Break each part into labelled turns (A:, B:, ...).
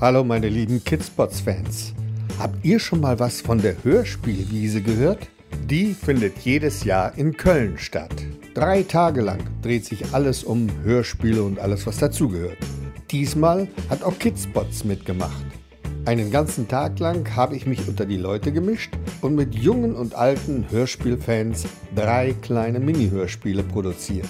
A: Hallo meine lieben Kidspots-Fans. Habt ihr schon mal was von der Hörspielwiese gehört? Die findet jedes Jahr in Köln statt. Drei Tage lang dreht sich alles um Hörspiele und alles, was dazugehört. Diesmal hat auch Kidspots mitgemacht. Einen ganzen Tag lang habe ich mich unter die Leute gemischt und mit jungen und alten Hörspielfans drei kleine Mini-Hörspiele produziert.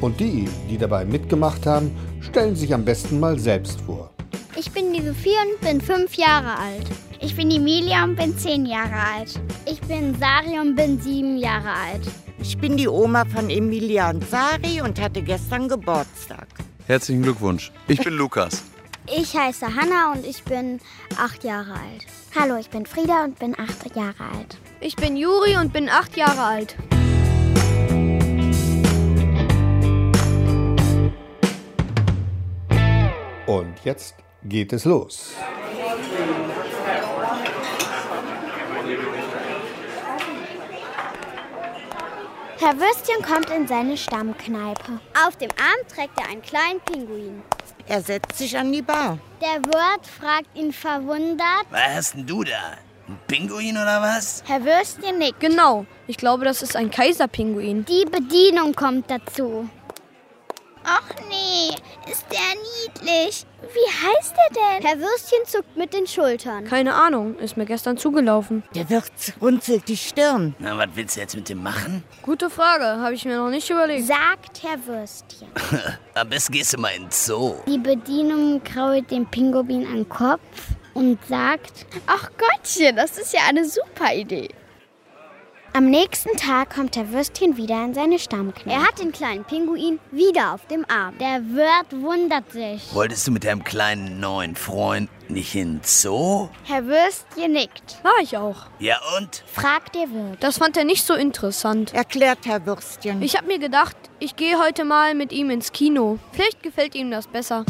A: Und die, die dabei mitgemacht haben, stellen sich am besten mal selbst vor.
B: Ich bin die Sophie und bin fünf Jahre alt. Ich bin Emilia und bin zehn Jahre alt. Ich bin Sari und bin sieben Jahre alt.
C: Ich bin die Oma von Emilia und Sari und hatte gestern Geburtstag.
D: Herzlichen Glückwunsch. Ich bin Lukas.
B: Ich heiße Hanna und ich bin acht Jahre alt. Hallo, ich bin Frieda und bin acht Jahre alt.
E: Ich bin Juri und bin acht Jahre alt.
A: Und jetzt geht es los.
B: Herr Würstchen kommt in seine Stammkneipe. Auf dem Arm trägt er einen kleinen Pinguin.
C: Er setzt sich an die Bar.
B: Der Wirt fragt ihn verwundert.
F: Was hast denn du da? Ein Pinguin oder was?
B: Herr Würstchen nickt.
E: Genau, ich glaube, das ist ein Kaiserpinguin.
B: Die Bedienung kommt dazu. Och nee, ist der niedlich. Wie heißt er denn? Herr Würstchen zuckt mit den Schultern.
E: Keine Ahnung, ist mir gestern zugelaufen.
C: Der Wirt runzelt die Stirn.
F: Na, was willst du jetzt mit dem machen?
E: Gute Frage, habe ich mir noch nicht überlegt.
B: Sagt Herr Würstchen.
F: Am besten gehst du mal ins Zoo.
B: Die Bedienung kraut dem Pinguin am Kopf und sagt: Ach Gottchen, das ist ja eine super Idee. Am nächsten Tag kommt der Würstchen wieder in seine Stammkneipe. Er hat den kleinen Pinguin wieder auf dem Arm. Der Wirt wundert sich.
F: Wolltest du mit deinem kleinen neuen Freund nicht ins Zoo?
B: Herr Würstchen nickt.
E: War ich auch.
F: Ja und?
B: Fragt der Wirt.
E: Das fand er nicht so interessant.
C: Erklärt Herr Würstchen.
E: Ich habe mir gedacht, ich gehe heute mal mit ihm ins Kino. Vielleicht gefällt ihm das besser.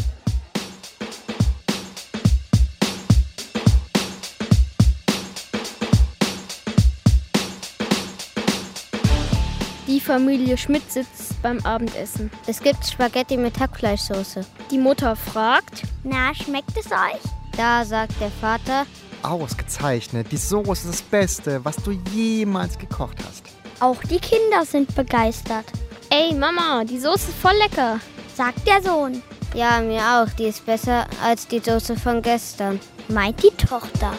G: Die Familie Schmidt sitzt beim Abendessen.
B: Es gibt Spaghetti mit Hackfleischsoße.
G: Die Mutter fragt,
B: Na, schmeckt es euch?
G: da sagt der Vater,
H: Ausgezeichnet. Die Soße ist das Beste, was du jemals gekocht hast.
B: Auch die Kinder sind begeistert,
G: ey Mama, die Soße ist voll lecker.
B: sagt der Sohn,
G: Ja, mir auch, die ist besser als die Soße von gestern.
B: meint die Tochter.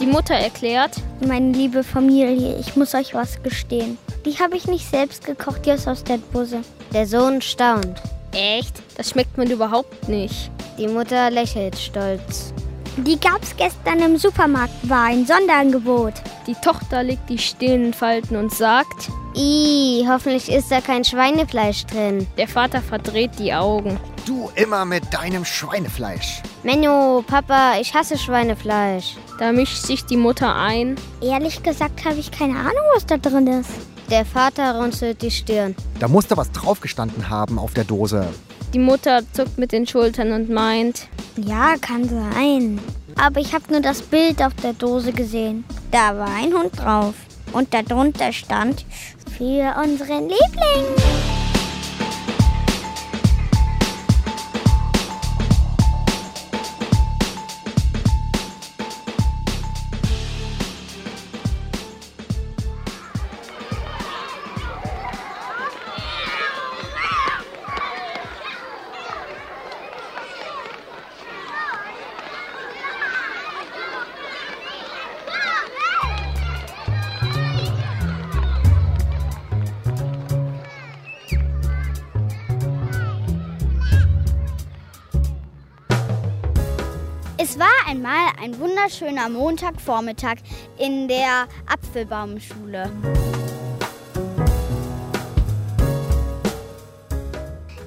G: Die Mutter erklärt,
B: Meine liebe Familie, ich muss euch was gestehen. Die habe ich nicht selbst gekocht, die ist aus der Dose.
G: der Sohn staunt. Echt? Das schmeckt man überhaupt nicht. Die Mutter lächelt stolz.
B: Die gab's gestern im Supermarkt, war ein Sonderangebot.
G: Die Tochter legt die Stirn in Falten und sagt, Ih, hoffentlich ist da kein Schweinefleisch drin. Der Vater verdreht die Augen.
H: Du immer mit deinem Schweinefleisch.
G: Menno, Papa, ich hasse Schweinefleisch. Da mischt sich die Mutter ein.
B: Ehrlich gesagt habe ich keine Ahnung, was da drin ist.
G: Der Vater runzelt die Stirn.
H: Da muss da was draufgestanden haben auf der Dose.
G: Die Mutter zuckt mit den Schultern und meint,
B: Ja, kann sein. Aber ich habe nur das Bild auf der Dose gesehen. Da war ein Hund drauf. Und darunter stand für unseren Liebling. Es war einmal ein wunderschöner Montagvormittag in der Apfelbaumschule.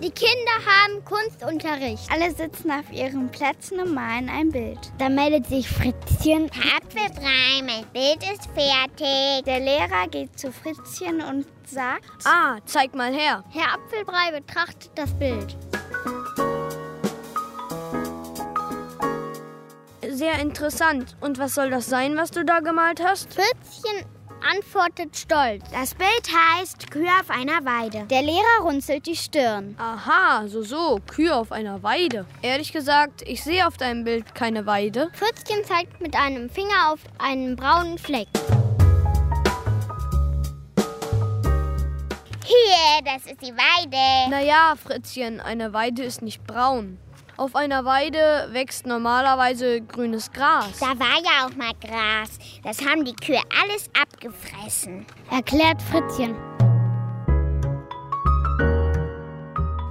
B: Die Kinder haben Kunstunterricht. Alle sitzen auf ihren Plätzen und malen ein Bild. Da meldet sich Fritzchen. Apfelbrei, mein Bild ist fertig. Der Lehrer geht zu Fritzchen und sagt,
E: Ah, zeig mal her.
B: Herr Apfelbrei betrachtet das Bild.
E: Sehr interessant. Und was soll das sein, was du da gemalt hast?
B: Fritzchen
G: antwortet stolz.
B: Das Bild heißt Kühe auf einer Weide. Der Lehrer runzelt die Stirn.
E: Aha, so, so, Kühe auf einer Weide. Ehrlich gesagt, ich sehe auf deinem Bild keine Weide.
G: Pfützchen zeigt mit einem Finger auf einen braunen Fleck.
B: Hier, das ist die Weide.
E: Naja, Fritzchen, eine Weide ist nicht braun. Auf einer Weide wächst normalerweise grünes Gras.
B: Da war ja auch mal Gras. Das haben die Kühe alles abgefressen.
G: Erklärt Fritzchen.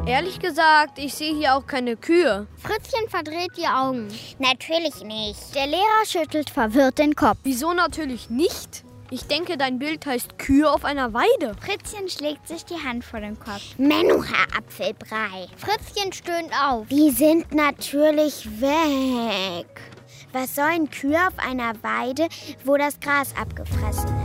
E: Ehrlich gesagt, ich sehe hier auch keine Kühe.
G: Fritzchen verdreht die Augen.
B: Natürlich nicht.
G: Der Lehrer schüttelt verwirrt den Kopf.
E: Wieso natürlich nicht? Ich denke, dein Bild heißt Kühe auf einer Weide.
G: Fritzchen schlägt sich die Hand vor den Kopf.
B: Menuha-Apfelbrei.
G: Fritzchen stöhnt auf.
B: Die sind natürlich weg. Was sollen Kühe auf einer Weide, wo das Gras abgefressen